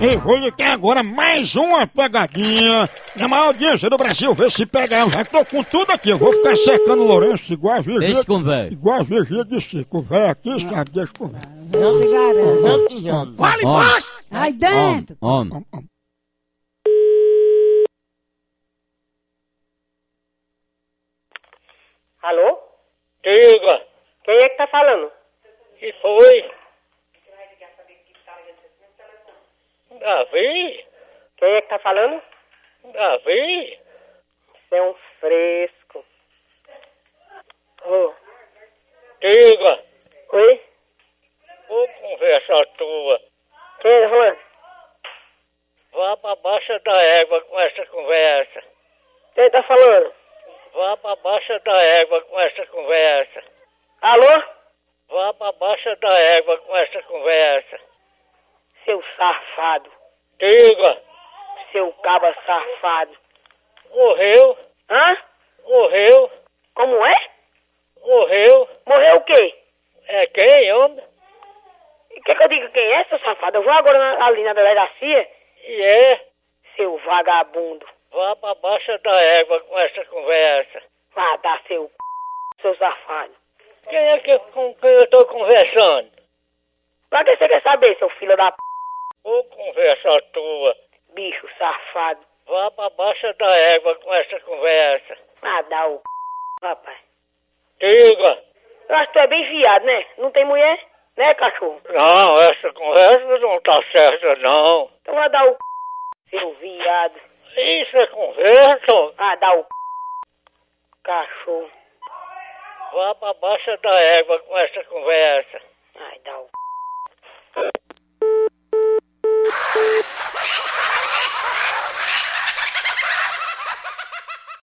Eu vou lhe dar agora mais uma pegadinha. Na maior audiência do Brasil, vê se pega. Eu já tô com tudo aqui. Eu vou ficar secando o Lourenço igual a Virgília. Deixa com o véio. Igual a Virgília de Cico. Véio aqui, sabe? Deixa com o véio. Não se garante. Não te amo. Fale baixo! Aí Homem, dentro. homem. Alô? Diga, Quem é que tá falando? que foi? Davi? Quem é que tá falando? Davi? Você é um fresco. Ô, Diga, Oi? ô conversa tua. Quem é, Rolando? Vá pra baixa da égua com essa conversa. Quem tá falando? Vá pra baixa da égua com essa conversa. Alô? Vá pra baixa da égua com essa conversa. Seu safado. Diga, Seu caba safado. morreu, Hã? morreu, Como é? morreu. Morreu o quê? É quem, homem? Quer que eu diga quem é, seu safado? Eu vou agora na- ali na delegacia. E é, Seu vagabundo. vá pra baixa da égua com essa conversa. Vá dar seu c... seu safado. Quem é que, com quem eu tô conversando? Pra que você quer saber, seu filho da p... Ô conversa tua. bicho safado? Vá pra baixa da égua com essa conversa. Vá dar o c... rapaz. Diga. Eu acho que tu é bem viado, né? Não tem mulher? Né, cachorro? Não, essa conversa não tá certa, não. Então vai dar o c... seu viado. Isso é conversa. Vá dar o c... cachorro. Vá pra baixa da égua com essa conversa.